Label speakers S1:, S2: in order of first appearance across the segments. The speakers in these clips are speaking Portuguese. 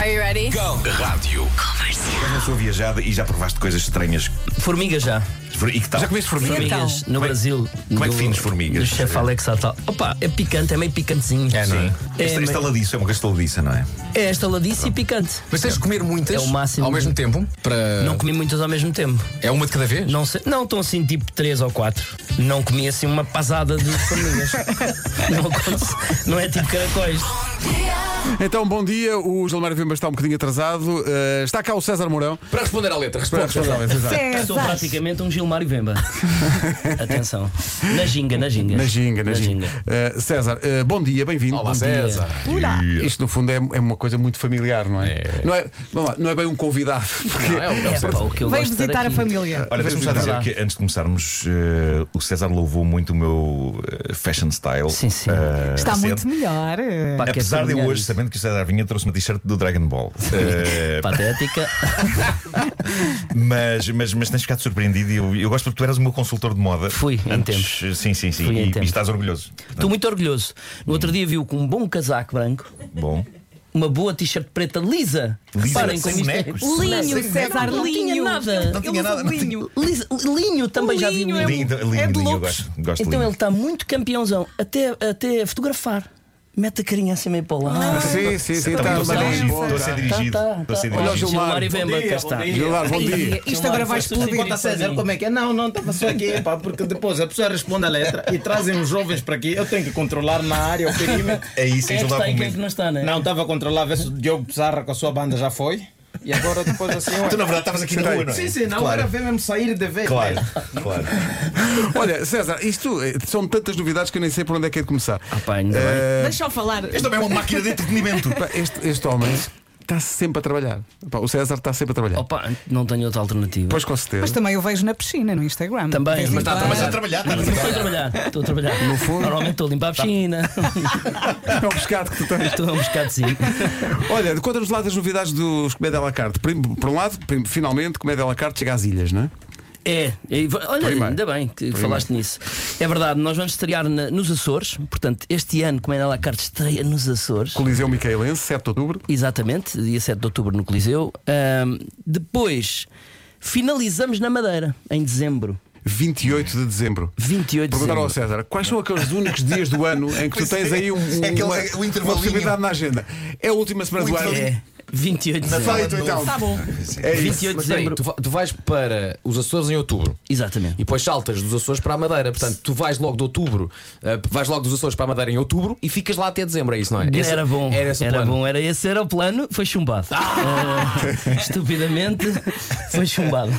S1: Are you ready?
S2: Rádio. Estás na sua viajada e já provaste coisas estranhas.
S3: Formiga já.
S2: E que tal?
S4: Ah, Já comeste formiga?
S1: Então.
S3: Formigas no
S2: Como é-
S3: Brasil.
S2: como é que
S3: do-
S2: defines formigas?
S3: Do chefe Alex Atal. Opa, é picante, é meio picantezinho.
S4: É, não é?
S3: Sim.
S2: É, Esta, Ah.
S3: mas-
S2: esta ladiça é uma coisa estaladiça, não é?
S3: é estaladiço e picante.
S4: Mas tens de comer muitas
S3: É o máximo.
S4: ao mesmo tempo? Para...
S3: Não comi muitas ao mesmo tempo.
S4: É uma de cada vez?
S3: Não sei, não estão assim tipo 3 ou 4. Não comi assim uma pasada de formigas. não, aconte- não é tipo caracóis.
S5: Então, bom dia. O Gilmar Vimba está um bocadinho atrasado. Eh, está cá o César Mourão.
S4: Para responder à letra,
S5: Espera,
S4: responde.
S5: espera, espera, espera.
S2: É
S3: Sou praticamente um Gilmário Vemba. Atenção. Na ginga, na ginga.
S5: Na ginga, na ginga.
S3: ginga.
S5: Eh, César, eh, bom dia, bem-vindo.
S4: Olá,
S5: Bom dia.
S4: César.
S5: Isto, no fundo, é, é uma coisa muito familiar, não é?
S4: É.
S5: Não, é vamos lá, não é bem um convidado. porque-
S4: Não, é o- é o
S3: É, pá,
S4: César.
S3: o que eu
S1: Vem
S3: gosto de estar
S1: visitar a
S3: aqui.
S1: família.
S2: Olha, deixa-me só
S3: vamos
S2: dizer
S3: lá.
S2: que antes de começarmos, eh, o César louvou muito o meu eh, fashion style.
S3: Sim, sim.
S2: eh,
S1: Está
S2: recente.
S1: muito melhor.
S3: Pá, que é
S2: Apesar de eu
S3: familiar
S2: hoje,
S3: isso.
S2: sabendo que o César vinha, trouxe uma t-shirt do Dragon Ball. Eh,
S3: Patética.
S2: mas, mas, mas tens ficado surpreendido e eu, eu gosto porque tu eras o meu consultor de moda.
S3: Fui, em
S2: antes. Sim, sim, sim.
S3: Fui, em
S2: E, e
S3: tempo.
S2: estás orgulhoso.
S3: Estou muito orgulhoso. No outro dia viu com um bom casaco branco,
S2: Bom.
S3: uma boa t-shirt preta lisa.
S2: Lisa,
S3: Reparem
S2: sem
S3: como isto é-
S2: bonecos.
S1: Linho, César,
S3: Não, não tinha
S1: linho.
S3: nada.
S2: Não
S1: Ele
S2: tinha
S1: usa
S2: nada, não tinha-
S1: linho.
S3: Lisa- Linho também já viu.
S1: Linho é
S3: Linho.
S2: Lindo, lindo,
S1: é de
S2: lindo. Eu
S1: loucos.
S2: gosto, gosto
S3: Então
S2: lindo.
S3: ele está muito campeãozão, até, até fotografar. Mete a carinha assim meio para o lado.
S5: Ah, Sim, sim, sim.
S2: Tá
S5: Está
S2: muito
S5: bem.
S2: dirigido, Estou
S5: é
S2: a ser dirigido.
S3: Tá, tá,
S2: Estou a ser dirigido.
S3: tá.
S5: Olha o Gilmar.
S3: e vem cá está.
S5: Gilmar, bom dia.
S1: Isto agora vai explodir.
S6: Conta César como é que é? Não, não, estava só aqui, pá, porque depois a pessoa responde a letra e trazem os jovens para aqui. Eu tenho que controlar na área o perímetro.
S2: É isso,
S3: Quem é que
S2: isto dá
S3: está e quem é
S2: comigo.
S3: que não está, né?
S6: Não, estava a controlar, ver se o Diogo Pizarra com a sua banda já foi. E agora depois assim. ué.
S2: Tu, na verdade, estavas aqui na rua, não é?
S6: Sim, sim, não
S2: claro.
S6: era ver mesmo sair de vez.
S2: Claro,
S6: né?
S2: claro.
S5: Olha, César, isto eh, são tantas novidades que eu nem sei por onde é que é de começar. Eh,
S3: Ah, pá, ainda bem.
S1: Deixa eu falar.
S2: Isto também é uma máquina de entretenimento.
S5: Pá, Este, este homem está sempre a trabalhar. Pá, o César está sempre a trabalhar.
S3: Opa, não tenho outra alternativa.
S5: Pois com
S1: Mas
S5: certeza.
S1: também eu vejo na piscina, no Instagram.
S3: Também.
S1: Vez em
S3: Mas está
S4: Ah,
S1: quando.
S4: é
S2: Mas a trabalhar, tá?
S3: Mas estou a trabalhar, estou a trabalhar. Normalmente estou a limpar a
S5: tá
S3: piscina,
S5: É o pescado que tu tens.
S3: estou a um buscar de si.
S5: Olha, conta-nos lá das novidades dos Comédia à la carte. Prim- Por um lado, prim- finalmente, Comédia à la carte chega às ilhas, não é?
S3: É, é, olha,
S5: Primeiro.
S3: ainda bem que falaste nisso. É verdade, nós vamos estrear na- nos Açores, portanto, este ano, como é na carta, estreia nos Açores.
S5: Coliseu Micaelense, 7 de outubro.
S3: Exatamente, dia 7 de outubro no Coliseu. Ahm, depois, finalizamos na Madeira, em dezembro.
S5: 28 de dezembro.
S3: 28 de
S5: Perguntaram ao
S3: dezembro.
S5: César quais são aqueles únicos dias do ano em que tu
S2: Pois
S5: tens
S2: é,
S5: aí um, um,
S2: é aquele-
S5: uma,
S2: o
S5: uma
S2: intervalinho.
S5: possibilidade na agenda. É a última semana do ano.
S3: É, 28 de dezembro.
S5: Feito, então.
S1: Tá bom.
S5: É isso.
S3: 28 de
S4: Mas peraí,
S3: dezembro.
S4: tu, va- tu vais para os Açores em outubro e
S3: Exatamente.
S4: depois saltas dos Açores para a Madeira. Portanto, tu vais logo de outubro, eh, vais logo dos Açores para a Madeira em outubro e ficas lá até dezembro, é isso, não é? Esse-
S3: era bom,
S4: Era, esse o plano.
S3: bom, era esse era o plano, foi chumbado. Ah, estupidamente, foi chumbado.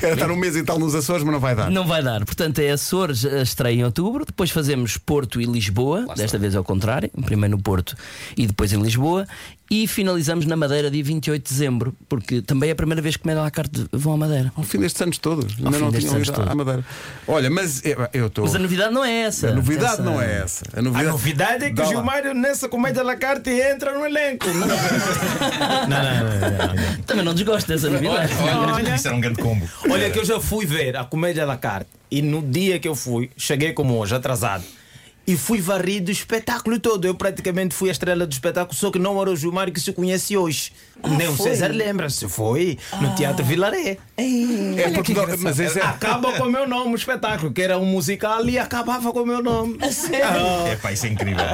S5: Era estar um mês e tal nos Açores, mas não vai dar.
S3: Não vai dar. Portanto, é Açores a estreia em outubro. Depois fazemos Porto e Lisboa. Desta vez ao contrário. Primeiro no Porto e depois em Lisboa. E finalizamos na Madeira, dia 28 de dezembro. Porque também é a primeira vez que Comédia à la carte vão à Madeira.
S5: Ao fim destes anos todos. Ainda
S3: fim
S5: não
S3: destes
S5: tinham
S3: anos
S5: ido à-
S3: todos.
S5: à Madeira. Olha, mas eh, eu estou.
S3: Mas a novidade não é essa.
S5: A novidade
S3: Essa-
S5: não é essa. A
S6: A
S5: novidade,
S6: novidade é que
S5: Dá
S6: o
S5: lá.
S6: Gilmário nessa comédia la carte entra no elenco.
S3: Também não desgosto dessa novidade.
S2: Olha, Isso era um grande combo.
S6: Olha que eu já fui ver a comédia la carte e no dia que eu fui, cheguei como hoje, atrasado. E fui varrido o espetáculo todo. Eu praticamente fui a estrela do espetáculo, só que não era o Gilmar que se conhece hoje. Nem o César lembra-se. Foi no Teatro Vilaré.
S5: é porque não- mas esse é,
S6: Acaba com o meu nome o espetáculo, que era um musical e acabava com o meu nome. Ah,
S2: É pá, isso é incrível.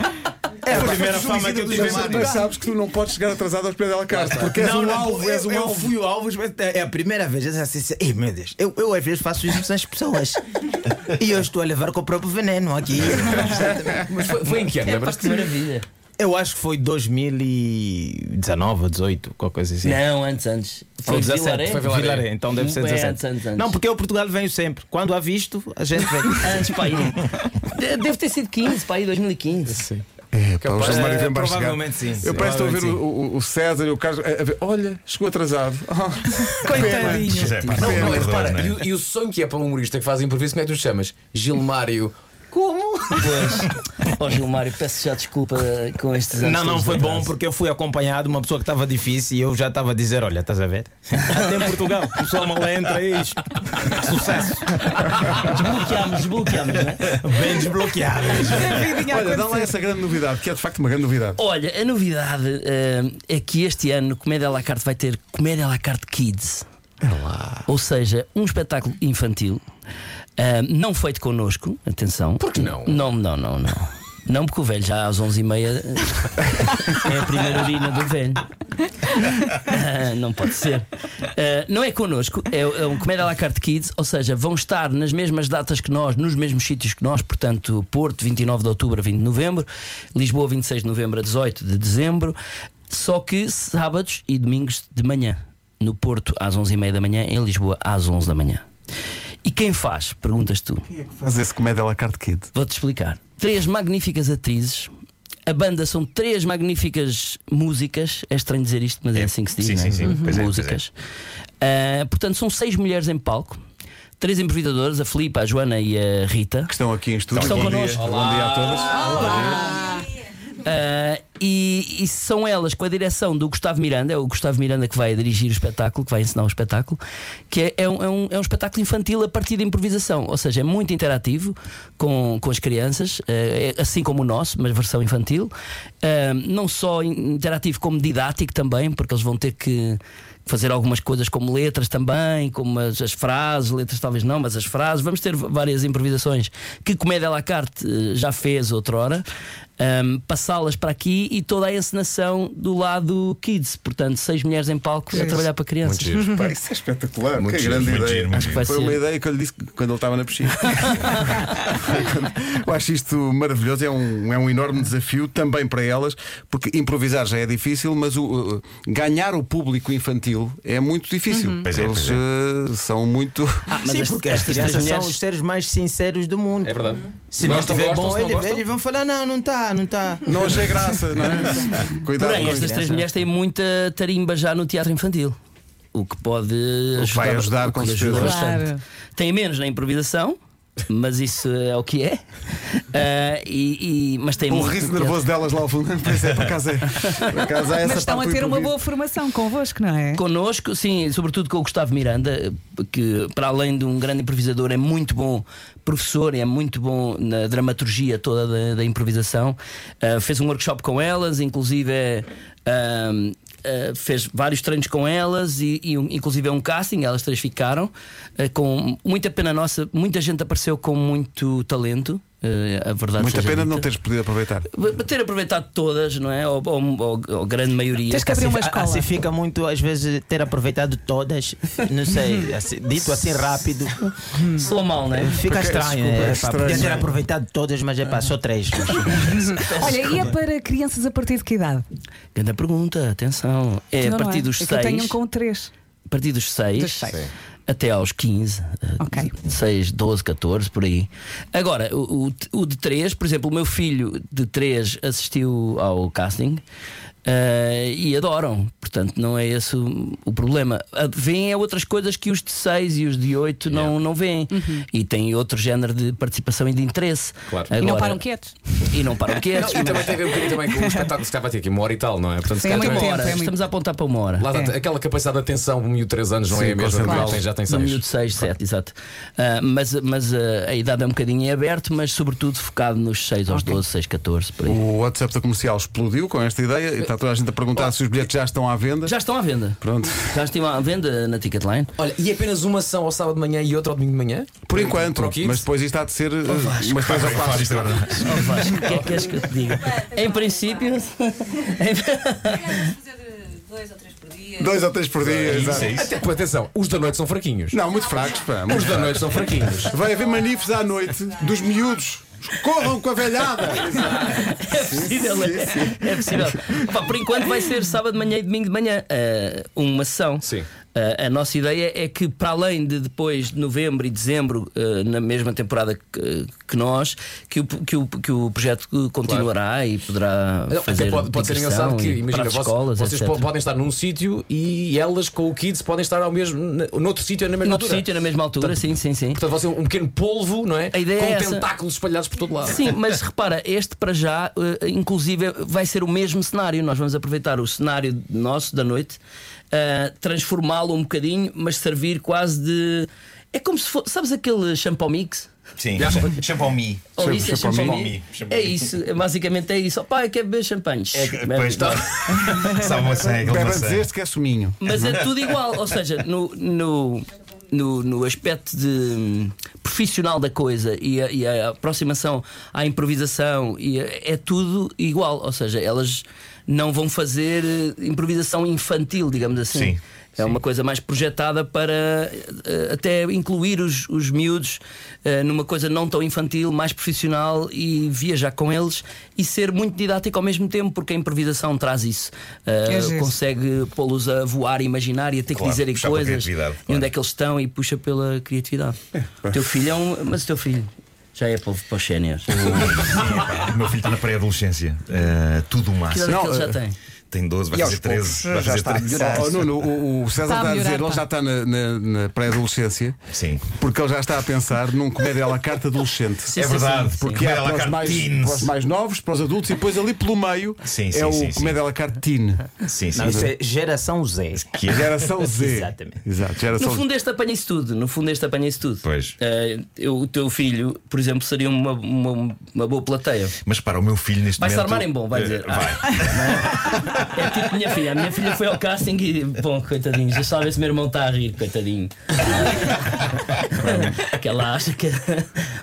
S6: É a primeira fama que eu tive. em
S5: mas, é mas sabes que tu não podes chegar atrasado aos pés dela casa, porque és
S6: Não,
S5: um
S6: não,
S5: alvo,
S6: eu,
S5: és um
S6: eu
S5: alvo.
S6: fui o alvo, mas é a primeira vez. Eu disse assim, assim, Ei, meu Deus, eu, eu às vezes faço isso às pessoas. e eu estou a levar com o próprio veneno aqui.
S4: Mas foi, foi em que ano?
S3: Pá,
S4: Lembras-te?
S3: que maravilha.
S6: Eu acho que foi 2019 ou 18, qualquer coisa assim.
S3: Não, antes, antes.
S6: Ou
S3: Foi
S6: 17,
S3: Vilaré?
S6: foi Vilaré. então deve ser
S3: Bem
S6: 17.
S3: Antes, antes, Ah, antes.
S6: Não, porque eu Portugal venho sempre. Quando há visto, a gente vem.
S3: Antes, pá, aí. De- Deve ter sido 15, pá, aí 2015.
S5: É, pá, o
S4: Capaz-
S5: José Mário
S6: É,
S5: Vemba a chegar.
S6: provavelmente sim, sim.
S5: Eu parece que estou a ver o, o- o César e o Carlos. A, a ver, olha, chegou atrasado. Oh,
S1: Coitadinho.
S2: Isso é, pá,
S4: Não,
S2: é
S4: não, é,
S2: verdade,
S4: repara,
S2: não é?
S4: E, o- e o sonho que é para um humorista que faz improviso, como é que tu chamas? Gilmário
S6: como?
S3: Pois. Ó Gilmário, peço já desculpa eh, com estes anos
S6: Não, não
S3: todos
S6: foi
S3: de
S6: bom
S3: atraso.
S6: porque eu fui acompanhado de uma pessoa que estava difícil e eu já estava a dizer: Olha, estás a ver? Até em Portugal, o pessoal mal entra e isto. Sucesso.
S3: é? Desbloqueámos, desbloqueámos, não é?
S6: Bem desbloqueado.
S5: Olha, dá lá essa grande novidade, que é de facto uma grande novidade.
S3: Olha, a novidade eh, é que este ano Comédia à la carte vai ter Comédia à la carte Kids. Ou seja, um espetáculo infantil eh, não feito connosco, atenção. Porque
S4: não?
S3: Não, não, não, não. Não, porque o velho já às 11h30 é a primeira urina do velho. Ah, não pode ser. Ah, não é connosco, é, é um Comédia à la carte Kids, ou seja, vão estar nas mesmas datas que nós, nos mesmos sítios que nós, portanto, Porto, 29 de outubro a 20 de novembro, Lisboa, 26 de novembro a 18 de dezembro, só que sábados e domingos de manhã. No Porto, às 11h30 da manhã, em Lisboa, às 11 da manhã. E quem faz? Perguntas tu.
S5: é Faz esse comédia à la carte kid.
S3: Vou-te explicar. Três magníficas atrizes. A banda são três magníficas músicas. É estranho dizer isto, mas é,
S2: É,
S3: assim que se diz.
S2: sim,
S3: não é?
S2: sim, sim. Pois é, pois
S3: músicas. Ah, portanto, são seis mulheres em palco. Três improvisadoras, a Filipa, a Joana e a Rita.
S5: Que estão aqui em
S2: Então,
S5: estúdio.
S3: Estão
S5: bom dia.
S3: connosco.
S5: Bom dia a todas.
S3: Ah, e, e são elas com a direção do Gustavo Miranda, é o Gustavo Miranda que vai dirigir o espetáculo, que vai ensinar o espetáculo, que é, é um, é um- é um espetáculo infantil a partir da improvisação, ou seja, é muito interativo com, com as crianças, eh, é assim como o nosso, mas versão infantil, Ah, não só in- interativo como didático também, porque eles vão ter que fazer algumas coisas como letras também, como as, as frases, letras talvez não, mas as frases. Vamos ter várias improvisações que Comédia à la carte eh, já fez outrora, ahm, passá-las para aqui e toda a encenação do lado kids. Portanto, seis mulheres em palco a trabalhar para crianças.
S5: Pá, isso é espetacular.
S2: Muito
S5: que
S2: giro,
S5: grande
S2: muito
S5: ideia.
S2: giro, muito
S3: Uhum. Acho que vai
S5: Foi uma
S3: ser.
S5: ideia que eu lhe disse quando ele estava na piscina. eu acho isto maravilhoso, é um, é um enorme desafio também para elas, porque improvisar já é difícil, mas o, uh, ganhar o público infantil é muito difícil.
S3: Uhum.
S2: Pois é,
S5: Eles
S2: pois é.
S5: uh, são muito.
S3: mas
S6: Sim,
S3: as-
S6: porque as
S3: estas
S6: crianças
S3: três
S6: são
S3: mulheres-
S6: os seres mais sinceros do mundo.
S4: É verdade.
S6: Se não
S4: Gostam,
S6: estiver
S4: gostam,
S6: bom,
S4: se não
S6: ele-
S4: gostam.
S6: eles vão falar: Não, não está, não tá." está.
S5: Não achei graça, não é? Cuidado
S3: Porém,
S5: com
S3: estas
S5: isso.
S3: três mulheres têm muita tarimba já no teatro infantil. O que pode
S5: que vai ajudar,
S3: o que
S5: com
S3: ajuda
S5: certeza.
S3: bastante.
S1: Claro.
S3: Tem menos na improvisação, mas isso é o que é. Ah, e, e- mas tem
S5: O
S3: muito
S5: riso
S3: no teatro.
S5: nervoso delas lá ao fundo. Pois é, por acaso é. Por acaso há essa
S1: Mas estão a
S5: parte do
S1: ter uma
S5: improviso.
S1: boa formação convosco, não é?
S3: Connosco, sim, sobretudo com o Gustavo Miranda, que para além de um grande improvisador é muito bom professor, é muito bom na dramaturgia toda da, da improvisação. Ah, fez um workshop com elas, inclusive é, ahm, ah, fez vários treinos com elas e, e um- inclusive é um casting, elas três ficaram ah, com muita pena nossa, muita gente apareceu com muito talento. ah, a verdade
S5: Muita
S3: seja
S5: pena
S3: dita.
S5: não teres podido aproveitar.
S3: ter aproveitado todas, não é? Ou, ou- ou- ou grande maioria.
S1: Tens que abrir uma
S6: Assim-
S1: escola.
S6: Assim fica muito, às vezes, ter aproveitado todas, não sei, assim, dito assim rápido,
S3: Sou mal, não é?
S6: fica estranho.
S5: desculpa,
S6: é,
S5: é
S6: pá,
S5: estranho.
S6: Podia ter aproveitado todas, mas é pá, só três.
S1: Olha, e é para crianças a partir de que idade?
S3: Grande pergunta, atenção. É
S1: Não,
S3: a
S1: não
S3: partir dos
S1: é
S3: 6.
S1: que eu tenho um com três.
S3: A partir dos
S1: Dos
S3: 6.
S1: seis. Sim.
S3: Até aos eh, 15,
S1: Ok.
S3: 6, 12, 14, por aí. Agora, o, o, o de 3, por exemplo, o meu filho de 3 assistiu ao casting eh, e adoram, portanto, não é esse o, o problema. A- Vêem é outras coisas que os de 6 e os de 8 não, não veem e têm outro género de participação e de interesse.
S4: Claro.
S1: Uhum. E não
S3: Agora-
S1: param quietos.
S3: E não param quietos.
S4: Não, e também tem a ver um bocadinho também com o espetáculo que se estava a ter aqui, uma hora e tal, não é? Portanto,
S1: Sim,
S4: se
S1: é
S4: calhar
S1: muito
S4: também-
S1: tempo.
S3: Ora,
S1: é muito-
S3: estamos a apontar para uma hora.
S4: Lá está- aquela capacidade de atenção de um miúdo de 3 anos não é a mesma que
S1: certeza.
S4: alguém já tem
S3: No
S4: 6.
S3: Um miúdo 6, 7, exato. Ah, mas mas ah, a idade é um bocadinho em aberto, mas sobretudo focado nos 6 aos 12, 6, 14, por aí.
S5: O WhatsApp da comercial explodiu com esta ideia e está toda a gente a perguntar se os bilhetes já estão à venda.
S3: Já estão à venda.
S5: Pronto.
S3: Já estão à venda na Ticketline.
S4: Olha, e apenas uma ação ao sábado de manhã e outra ao domingo de manhã?
S5: Por enquanto,
S4: Para o Kids?
S5: mas depois isto há de ser uh, umas três ou quatro.
S3: Oh, Vasco, o que é que queres que eu te diga? Em princípio. em-
S7: fazer dois ou três por dia.
S5: Dois ou três por dia, exato.
S2: é isso.
S4: Até porque, atenção, os da noite são fraquinhos.
S5: Não, muito fracos, pá. muito
S4: Os da
S5: fracos.
S4: noite são fraquinhos.
S5: Vai haver manifes à noite dos miúdos. Corram com a velhada!
S3: É possível, é, é possível. Pá, por enquanto vai ser sábado de manhã e domingo de manhã eh, ah, uma sessão.
S4: Sim.
S3: Ah, a nossa ideia é que, para além de depois de novembro e dezembro, ah, na mesma temporada que, que nós, que o, que, o, que o projeto continuará e poderá.
S4: Não,
S3: fazer
S4: até pode, pode ser
S3: digressão
S4: engraçado que,
S3: e
S4: imagina,
S3: para as
S4: vo-
S3: escolas,
S4: vocês
S3: etc.
S4: po- podem estar num sítio e elas com o kids podem estar ao mesmo, n- noutro sítio na mesma
S3: Noutro
S4: altura.
S3: sítio, na mesma altura, sim, sim, sim.
S4: Portanto, vai ser um pequeno polvo, não é?
S3: A ideia
S4: com
S3: é essa.
S4: tentáculos espalhados por todo lado.
S3: Sim, mas repara, este para já, eh, inclusive, vai ser o mesmo cenário. Nós vamos aproveitar o cenário nosso da noite, eh, transformá-lo um bocadinho, mas servir quase de. É como se fosse. Sabes aquele shampoo mix?
S2: Sim, Champão Mi.
S3: Ou isso é
S2: champanhe?
S3: champanhe?
S2: Champanhe.
S3: É isso, é basicamente é isso. Opá, eu quero beber champanhes.
S2: É que- Pois não. Sabe uma cega, uma
S5: Bebe-nos
S2: cega.
S5: este que é suminho.
S3: Mas é tudo igual, ou seja, no, no, no, no aspecto de hum, profissional da coisa e a, e a aproximação à improvisação e a- é tudo igual, ou seja, elas não vão fazer eh, improvisação infantil, digamos assim.
S2: Sim,
S3: É uma coisa mais projetada para eh, até incluir os, os miúdos eh, numa coisa não tão infantil, mais profissional e viajar com eles e ser muito didático ao mesmo tempo, porque a improvisação traz isso. Eh,
S1: É giro.
S3: consegue pô-los a voar, imaginar e a ter
S2: Claro, puxa
S3: que dizerem
S2: pela
S3: coisas.
S2: criatividade,
S3: E
S2: claro.
S3: onde é que eles estão e puxa pela criatividade. O teu filho é um. Mas o teu filho já é para, o- para os séniores.
S2: O meu filho está na pré-adolescência. Eh, tudo o
S3: Que idade
S2: máximo.
S3: é
S5: Não,
S3: que ele já
S5: eh,
S3: tem?
S2: Tem 12, vai
S5: E
S2: fazer
S5: aos poucos,
S2: 13. Vai
S5: já
S2: fazer
S5: está a
S2: 13.
S5: melhorar. Oh, Nuno, o, o César
S1: Está a
S5: está, a dizer,
S1: melhorar,
S5: ele
S1: pá.
S5: já está na, na- na pré-adolescência,
S2: Sim.
S5: porque ele já está a pensar num comédia à la carte adolescente.
S3: Sim,
S2: É
S3: sim,
S2: verdade,
S3: sim,
S2: porque
S5: Que é
S2: era lá
S5: para os,
S2: cá,
S5: mais, para os
S2: teens.
S5: mais novos, para os adultos, e depois ali pelo meio
S2: Sim,
S5: é
S2: sim,
S5: o
S2: sim, sim.
S5: comédia à la carte teen.
S2: Sim, sim.
S6: Não, isso é geração Z.
S2: Que é-
S5: Geração Z.
S6: Exatamente.
S5: Exato,
S3: No
S5: geração
S3: fundo, este apanha-se tudo. No fundo, este apanha-se tudo.
S2: Pois.
S3: Eh, eu- o teu filho, por exemplo, seria uma, uma, uma boa plateia.
S2: Mas para o meu filho neste
S3: Vai-se
S2: momento.
S3: armar em bom, vai
S2: eh,
S3: dizer.
S2: Vai.
S3: É tipo minha filha. A minha filha foi ao casting e, bom, coitadinho, já sabe se meu irmão está a rir, coitadinho. que ela acha que.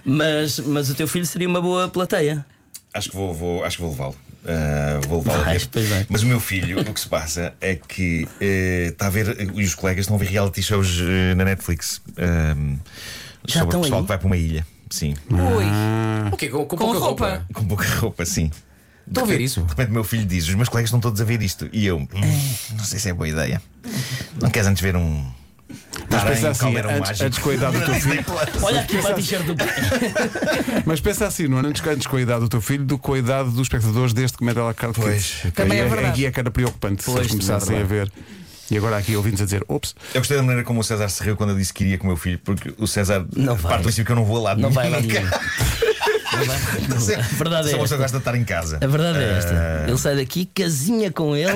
S3: Mas, mas o teu filho seria uma boa plateia.
S2: Acho que vou, vou- acho que vou levá-lo. Ah, vou levá-lo a
S3: Vais,
S2: ver.
S3: pois vai.
S2: Mas o meu filho, o que se passa é que eh, está a ver, eh, e os colegas estão a ver reality shows eh, na Netflix ahm,
S3: Já
S2: sobre
S3: estão
S2: o pessoal
S3: aí?
S2: que vai para uma ilha. Sim.
S1: Ui,
S4: O quê? Com, com
S1: com
S4: pouca
S1: roupa.
S4: roupa.
S2: Com pouca roupa, sim.
S4: Estão a ver isso?
S2: De repente o meu filho diz: Os meus colegas estão todos a ver isto. E eu, "Hum, não sei se é boa ideia. Não queres antes ver um.
S5: Mas pensa
S2: taranho,
S5: assim,
S2: caldeirão
S5: antes,
S2: um mágico?"
S5: antes com a idade do teu filho.
S3: Olha aqui para a t-shirt do pai.
S5: Mas pensa assim, não é antes, antes com a idade do teu filho do que com a idade dos espectadores deste comédia à la carte.
S2: Pois,
S5: Kids.
S1: Também
S5: E
S1: é verdade.
S5: Aqui é que era preocupante se
S3: Pois,
S5: eles começassem
S3: também
S5: a
S3: é
S5: ver. E agora há aqui ouvintes a dizer, ops,
S2: Eu gostei da maneira como o César se riu quando eu disse que iria com o meu filho, porque o César
S3: Não vai.
S2: parte do princípio que eu não vou lá
S3: Não vai lá
S2: nunca.
S3: nenhum. Não vai- não vai. A verdade
S2: Só
S3: é
S2: você
S3: esta.
S2: gosta de estar em casa.
S3: A verdade é esta.
S2: Ah,
S3: Ele sai daqui, casinha com ele,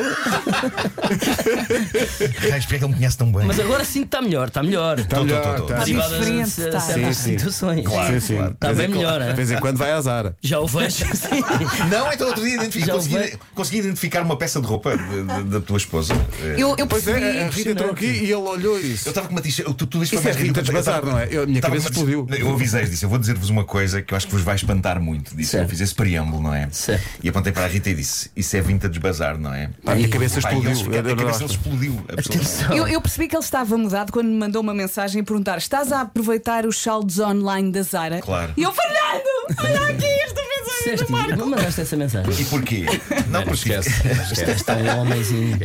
S2: Raios, porque é que ele me conhece tão bem?
S3: mas agora sim está melhor, está melhor.
S5: está
S2: Tô, tô,
S5: melhor,
S2: tô, tô.
S5: tá-
S1: Sim.
S3: Derivado a-
S1: Diferente,
S3: a
S1: tá.
S3: certas
S5: Sim, sim.
S3: situações.
S2: Claro.
S5: Sim, sim.
S3: Está
S5: De vez
S3: bem
S5: em quando-
S3: melhor, é?
S5: De vez
S1: né?
S5: em quando vai à Zara.
S3: Já o vejo. Sim.
S2: Não, então outro dia identifiquei.
S3: Já
S2: Consegui,
S3: vai.
S2: consegui identificar uma peça de roupa de- de- da tua esposa. Eh,
S1: eu, eu
S5: Pois é, a
S1: percebi.
S5: Rita entrou aqui e ele olhou e
S2: Eu
S5: disse.
S2: estava com uma t-shirt. Tu, tu disse
S5: Isso
S2: foi mais
S5: é Rita
S2: ridículo. Eu tava-
S5: Desbazar, não é? Eu- a minha
S2: tava
S5: cabeça
S2: com uma t-
S5: explodiu.
S2: Eu avisei disso. Eu vou dizer-vos uma coisa que eu acho que vos vai espantar muito disso.
S3: Certo.
S2: Eu fiz esse preâmbulo, não é?
S3: Certo.
S2: E apontei para a Rita e disse: Isso é vinta desbazar, não é?
S5: Pá, a minha cabeça
S2: Pá, e eles
S5: explodiu.
S2: ficaram-
S5: Eu- eu
S2: A cabeça
S5: não-
S2: deles explodiu. absolutamente.
S3: Atenção.
S1: Eu, eu percebi que ele estava mudado quando me mandou uma mensagem a perguntar: estás a aproveitar os saldos online da Zara?
S2: Claro.
S1: E eu, Fernando, olha aqui esta mensagem
S3: Disseste,
S1: do Marco.
S3: não mandaste essa mensagem. é
S2: E porquê? Não, porque
S4: Esquece. Esquece.
S3: Tão homenzinho.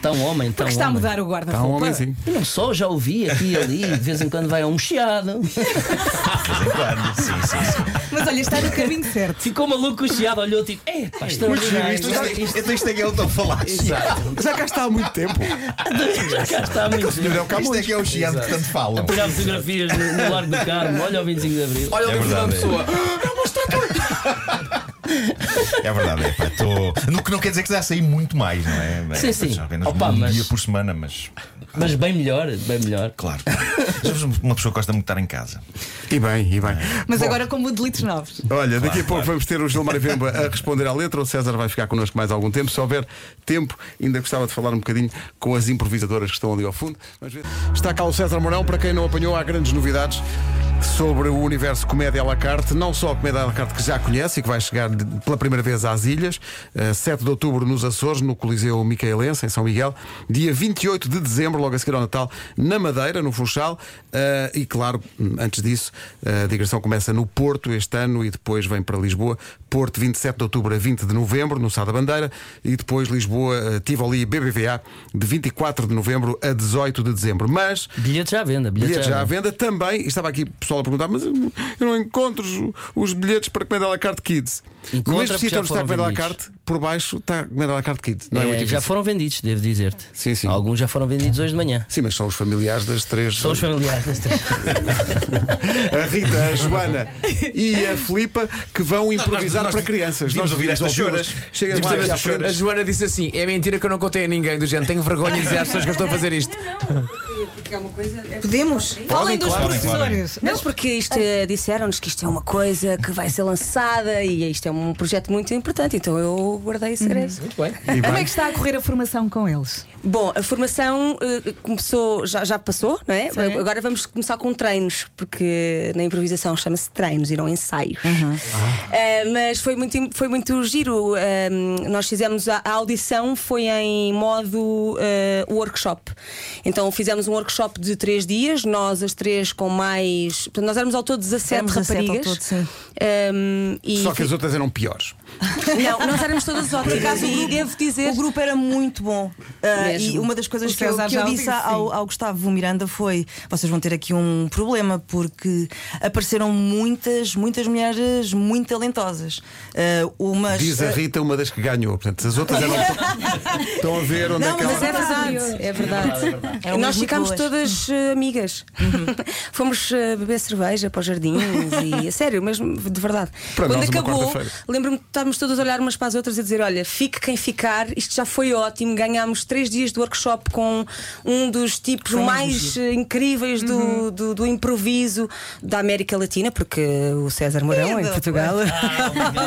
S3: Tão homem, tão
S1: Porque está a
S3: Tá homem.
S1: mudar o
S5: Há um
S1: guarda-roupa.
S5: homem assim.
S3: Eu não só já ouvi aqui e ali, de vez em quando vai a um chiado.
S2: Claro, sim, sim, sim.
S1: Mas olha, está no caminho certo.
S3: Ficou maluco com o chiado, olhou tipo, é pá, extraordinário.
S2: Isto, isto, isto, isto, isto é que é o tão falado.
S5: Já cá está há muito tempo.
S3: Já cá está muito.
S5: Senhor, é o
S2: Isto é
S5: Camões.
S2: que é o chiado que tanto falam.
S3: Tirar fotografias no, no Largo do Carmo, olha o 25 de Abril.
S4: Olha
S2: É
S4: o livro da
S2: verdade, é.
S4: pessoa.
S2: É verdade, é pá, tô... no que não quer dizer que já sair muito mais, não é? Mas,
S3: Sim, sim.
S2: Apenas
S3: Opa,
S2: um
S3: mas-
S2: dia por semana, mas
S3: Mas bem melhor, bem melhor.
S2: claro. Sabes, uma pessoa que gosta muito de estar em casa.
S5: E bem, e bem.
S2: Ah.
S1: Mas agora com modelitos novos.
S5: Olha, daqui a pouco vamos ter o Gilmar Vemba a responder à letra. O César vai ficar connosco mais algum tempo. Se houver tempo, ainda gostava de falar um bocadinho com as improvisadoras que estão ali ao fundo. Vamos ver. Está cá o César Mourão. Para quem não apanhou, há grandes novidades. sobre o universo comédia à la carte, não só a comédia à la carte que já conhece e que vai chegar de- pela primeira vez às ilhas, eh, 7 de outubro nos Açores, no Coliseu Micaelense, em São Miguel, dia 28 de dezembro, logo a seguir ao Natal, na Madeira, no Funchal, eh, e claro, hum, antes disso, eh, a digressão começa no Porto este ano e depois vem para Lisboa, Porto 27 de outubro a 20 de novembro, no Sá da Bandeira, e depois Lisboa, eh, Tivoli e BBVA, de 24 de novembro a 18 de dezembro. Mas
S3: Bilhetes já à venda, bilhetes,
S5: Bilhetes já à
S3: venda.
S5: venda também. E estava aqui o pessoal a perguntar, mas eu não encontro os, os bilhetes para Comédia à la carte Kids.
S3: Encontra,
S5: no este
S3: porque
S5: sítio
S3: já
S5: onde está
S3: foram
S5: Comédia à la
S3: vendidos.
S5: carte, por baixo está Comédia à la carte Kids. Não é,
S3: É,
S5: muito
S3: já
S5: difícil.
S3: foram vendidos, devo dizer-te.
S5: Sim, sim.
S3: Alguns já foram vendidos hoje de manhã.
S5: Sim, mas são os familiares das três.
S3: São os familiares das três.
S5: A Rita, a Joana e a Filipa que vão improvisar
S2: nós-
S5: para crianças.
S2: devíamos ouvir estas
S5: ouvimos.
S2: choras.
S5: Chegas
S2: Devíamos
S5: lá
S2: ouvir
S5: aqui à
S2: estas
S5: frente.
S4: A Joana disse assim: é mentira que eu não contei a ninguém do género. Tenho vergonha de dizer às pessoas que eu estou a fazer isto.
S7: Não, não, porque, porque é uma coisa. é-
S1: Podemos? Falem dos
S2: claro,
S1: professores.
S8: Não, porque isto eh, disseram-nos que isto é uma coisa que vai ser lançada e isto é um projeto muito importante, então eu guardei segredo.
S4: Muito bem.
S1: Como é que está a correr a formação com eles?
S8: Bom, a formação eh, começou, já, já passou, não é?
S1: Sim.
S8: Agora vamos começar com treinos, porque na improvisação chama-se treinos e não ensaios.
S1: Uhum.
S8: Eh, mas foi muito, im- foi muito giro. eh, nós fizemos a, a audição, foi em modo eh, workshop. Então fizemos um workshop de três dias, nós as três com mais. Portanto, nós éramos ao todo 17
S1: Éramos 17 ao
S8: raparigas.
S1: todo, sim.
S8: Eh, e
S5: Só que as outras eram piores.
S8: Não, nós éramos todas óticas e devo dizer.
S9: O grupo era muito bom. Ah,
S8: Mesmo.
S9: e uma das coisas
S1: O
S9: que eu,
S1: César
S9: que eu
S1: já o
S9: disse
S1: disse,
S9: ao,
S1: sim.
S9: ao Gustavo Miranda foi: vocês vão ter aqui um problema, porque apareceram muitas, muitas mulheres muito talentosas. Ah, umas.
S5: Diz
S7: eh,
S5: a Rita, uma das que ganhou. Portanto, as outras eram. Estão a ver onde é
S9: Não,
S5: que ela.
S8: Mas é verdade, é verdade.
S9: Eram
S8: Nós
S9: muito
S8: ficámos
S9: boas.
S8: todas eh, amigas. Fomos eh, beber cerveja para os jardins e, a sério, mesmo, de verdade.
S5: Para
S8: Quando
S5: nós, uma
S8: acabou,
S5: quarta-feira.
S8: lembro-me de estarmos todas a olhar umas para as outras e dizer: Olha, fique quem ficar, isto já foi ótimo. Ganhámos três dias de workshop com um dos tipos mais eh, incríveis do, do, do improviso da América Latina, porque o César Mourão, em
S9: Lindo.
S8: Portugal.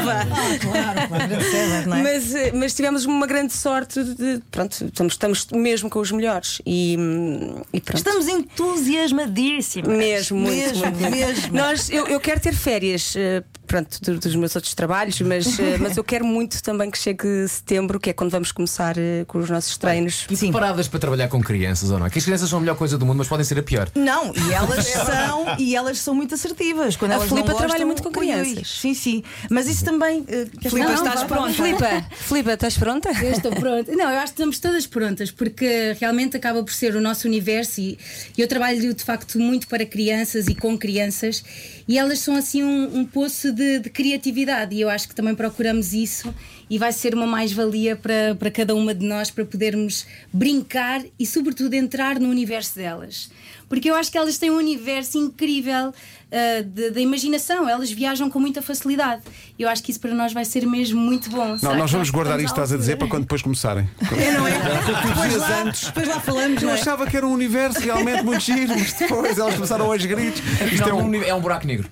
S9: Claro, claro, César, não é?
S8: Mas, eh, mas tivemos uma grande sorte de. Pronto, estamos, estamos mesmo com os melhores. E, hum, e pronto.
S9: Estamos entusiasmadíssimas.
S8: Mesmo, muito,
S9: Mesmo,
S8: muito, muito.
S9: mesmo.
S8: Nós, eu, eu quero ter férias, eh, pronto, do- dos meus outros trabalhos, mas, eh, mas eu quero muito também que chegue setembro, que é quando vamos começar eh, com os nossos treinos.
S4: E preparadas para trabalhar com crianças ou não? É Que as crianças são a melhor coisa do mundo, mas podem ser a pior.
S9: Não, e elas são e elas são muito assertivas. Quando
S8: A
S9: elas
S8: Filipa
S9: não gostam,
S8: trabalha muito com
S9: ui, ui.
S8: crianças.
S9: Sim, sim. Mas isso também. Uh,
S8: Filipa, estás pronta? Filipa, Filipa, estás pronta?
S7: Eu estou pronta. Não, eu acho que estamos todas prontas, porque realmente acaba por ser o nosso universo e eu trabalho de facto muito para crianças e com crianças e elas são assim um, um poço de, de criatividade e eu acho que também procuramos isso e vai ser uma mais-valia para, para cada uma de nós para podermos brincar e, sobretudo, entrar no universo delas. Porque eu acho que elas têm um universo incrível ah, de- da imaginação, elas viajam com muita facilidade. Eu acho que isso para nós vai ser mesmo muito bom.
S5: Não,
S7: Será
S5: nós
S7: que
S5: vamos guardar isto,
S7: estamos à
S5: estás a dizer,
S7: altura?
S5: para quando depois começarem.
S9: Não é? Depois lá, depois lá falamos.
S5: Eu
S9: Não é?
S5: achava que era um universo realmente muito giro, mas depois elas começaram aos gritos. Isto é um.
S4: é um buraco negro.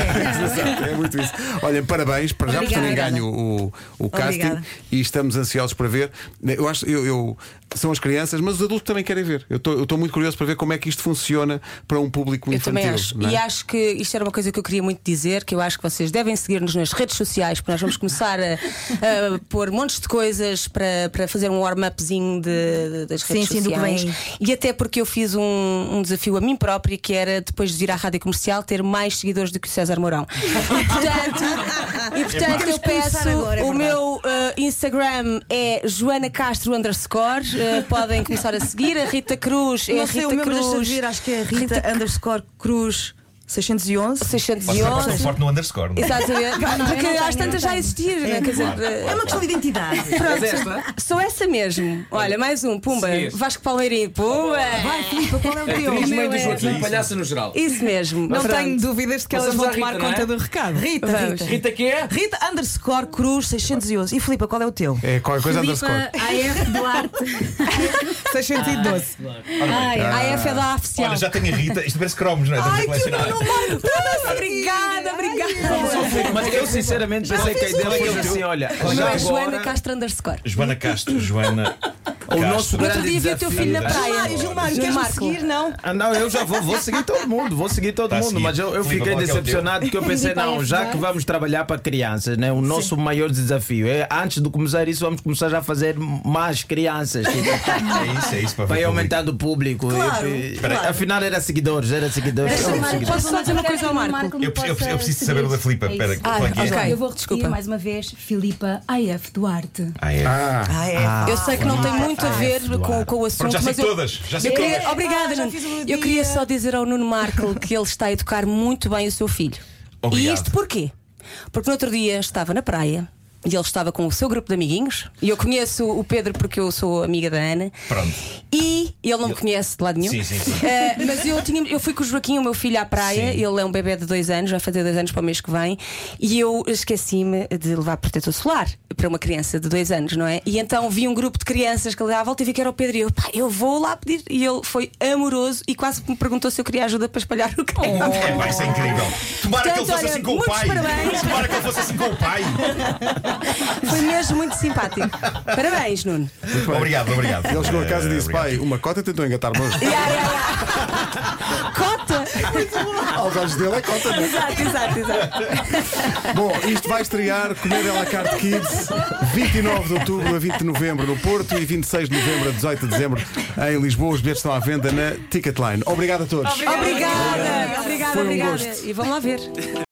S5: Exato, é muito isso. Olha, parabéns para já por terem
S9: Obrigada.
S5: ganho o, o casting
S9: Obrigada.
S5: e estamos ansiosos para ver. Eu acho, eu, eu- são as crianças, mas os adultos também querem ver. Eu estou muito curioso para ver como é que isto funciona para um público
S8: Eu
S5: infantil.
S8: também acho.
S5: não é?
S8: E acho que isto era uma coisa que eu queria muito dizer, que eu acho que vocês devem seguir-nos nas redes sociais, porque nós vamos começar a, a pôr montes de coisas para, para fazer um warm-upzinho de- de- das
S9: Sim,
S8: redes
S9: sim, do que
S8: sociais.
S9: vem aí.
S8: e até porque eu fiz um, um desafio a mim própria, que era depois de vir à Rádio Comercial ter mais seguidores do que o César Mourão. E
S9: É
S8: portanto, e, portanto eu peço,
S9: agora, é
S8: o
S9: verdade.
S8: meu eh, Instagram é Joana Castro underscore, eh, podem começar a seguir, a Rita Cruz é
S9: Não sei,
S8: Rita
S9: o meu
S8: Cruz.
S9: deixa de ver, acho que é Rita, underscore Cruz 611.
S2: Vocês é que estão
S8: 611.
S2: forte no underscore. não é?
S8: Exatamente. Porque às tantas já existir, não é? Quer dizer,
S9: É uma questão de identidade.
S8: sou essa mesmo. Olha, mais um, pumba.
S4: Sim.
S8: Vasco Palmeirinho, pumba.
S9: Vai, Filipa, qual é o teu?
S4: Atriz, mãe
S9: Meu
S4: do
S9: é-
S4: Joaquim, palhaça no geral.
S8: Isso mesmo.
S1: Não
S8: Pronto.
S1: tenho dúvidas de que elas
S4: Passamos
S1: vão
S4: à
S1: tomar
S4: Rita, não é?
S1: conta do recado.
S9: Rita,
S8: Vamos.
S9: Rita.
S4: Rita que é?
S9: Rita underscore Cruz 611. E Filipa, qual é o teu?
S5: É qualquer coisa underscore.
S7: Filipa AF Duarte.
S1: 612.
S7: Ai,
S2: tá.
S8: A F é da oficial.
S2: Olha, já tenho a Rita. Isto parece cromos, não é? Estamos a colecionar.
S8: Obrigada, obrigada.
S6: Mas eu sinceramente pensei que a ideia
S2: isso.
S6: fosse assim: olha,
S8: Não
S6: um já
S8: é Joana
S6: agora.
S8: Castro underscore.
S2: Joana Castro, Joana
S6: O
S2: Cá
S6: nosso
S2: estou.
S8: No
S6: grande
S8: outro dia vi o teu
S6: desafio-
S8: filho na
S9: Gilmário,
S8: praia.
S7: né?
S9: Gilmário,
S7: é
S8: No
S9: queres me
S8: Marco.
S9: seguir? Não.
S6: Ah, não, eu já vou, vou seguir todo mundo, vou seguir todo
S2: Tá
S6: mundo,
S2: seguido.
S6: mas eu, eu
S2: Filipe,
S6: fiquei
S2: qual é que é o teu?
S6: decepcionado que eu pensei, não, já que vamos trabalhar para crianças, né? O nosso maior desafio é, antes de começar isso, vamos começar já a fazer mais crianças. tipo,
S2: É isso, é isso para
S6: Vai
S2: ver o público.
S6: aumentando o público.
S9: Claro,
S6: Eu- eu-
S9: claro.
S6: Afinal era seguidores, era seguidores.
S8: Deixa-me
S6: era
S8: chamar aqui.
S6: seguidores.
S8: Posso só dizer uma
S10: é,
S8: coisa ao Marco?
S2: Eu preciso- eu preciso saber o da Filipa, pera, qual é que
S7: Ah,
S2: é?
S8: Ok.
S10: Eu vou repetir
S8: Desculpa.
S10: mais uma vez, Filipa AF Duarte.
S2: Ah, é.
S9: Ah, é.
S8: Eu sei que não tem muito a ver com, com o assunto,
S2: Pronto, já sei
S8: mas eu,
S2: todas. Já sei
S8: eu queria-
S2: todas.
S8: obrigada,
S9: Ah, já
S8: Nuno.
S9: fiz o meu
S8: Eu
S9: dia.
S8: queria só dizer ao Nuno Marco que ele está a educar muito bem o seu filho.
S2: Obrigado.
S8: E isto porquê? Porque no outro dia estava na praia. E ele estava com o seu grupo de amiguinhos. E eu conheço o Pedro porque eu sou amiga da Ana.
S2: Pronto.
S8: E ele não me conhece de lado nenhum.
S2: Sim, sim, sim.
S8: Eh, mas eu, tinha, eu fui com o Joaquim, o meu filho, à praia.
S2: Sim.
S8: Ele é um bebê de dois anos, vai fazer dois anos para o mês que vem. E eu esqueci-me de levar protetor solar para uma criança de dois anos, não é? E então vi um grupo de crianças que ali à volta e vi que era o Pedro. E eu, pá, eu vou lá pedir. E ele foi amoroso e quase que me perguntou se eu queria ajuda para espalhar o creme.
S5: Oh.
S2: É pá, isso é incrível. Tomara que
S8: Portanto,
S2: ele fosse
S8: olha,
S2: assim com o
S8: muitos
S2: pai.
S8: parabéns.
S2: Tomara que ele fosse assim com o pai.
S8: Foi mesmo muito simpático. Parabéns, Nuno.
S2: Obrigado, obrigado.
S5: Ele chegou a casa e disse:
S2: Obrigado.
S5: pai, uma cota tentou engatar-me hoje.
S8: Ya, ya, ya. Cota!
S5: Aos olhos dele é cota, não é?
S8: Exato, exato, exato.
S5: Bom, isto vai estrear Comédia à la carte Kids 29 de outubro a 20 de novembro no Porto e 26 de novembro a 18 de dezembro em Lisboa. Os bilhetes estão à venda na Ticketline. Obrigado a todos.
S8: Obrigada, obrigada,
S5: Foi um
S8: obrigada.
S5: gosto.
S8: E vamos lá ver.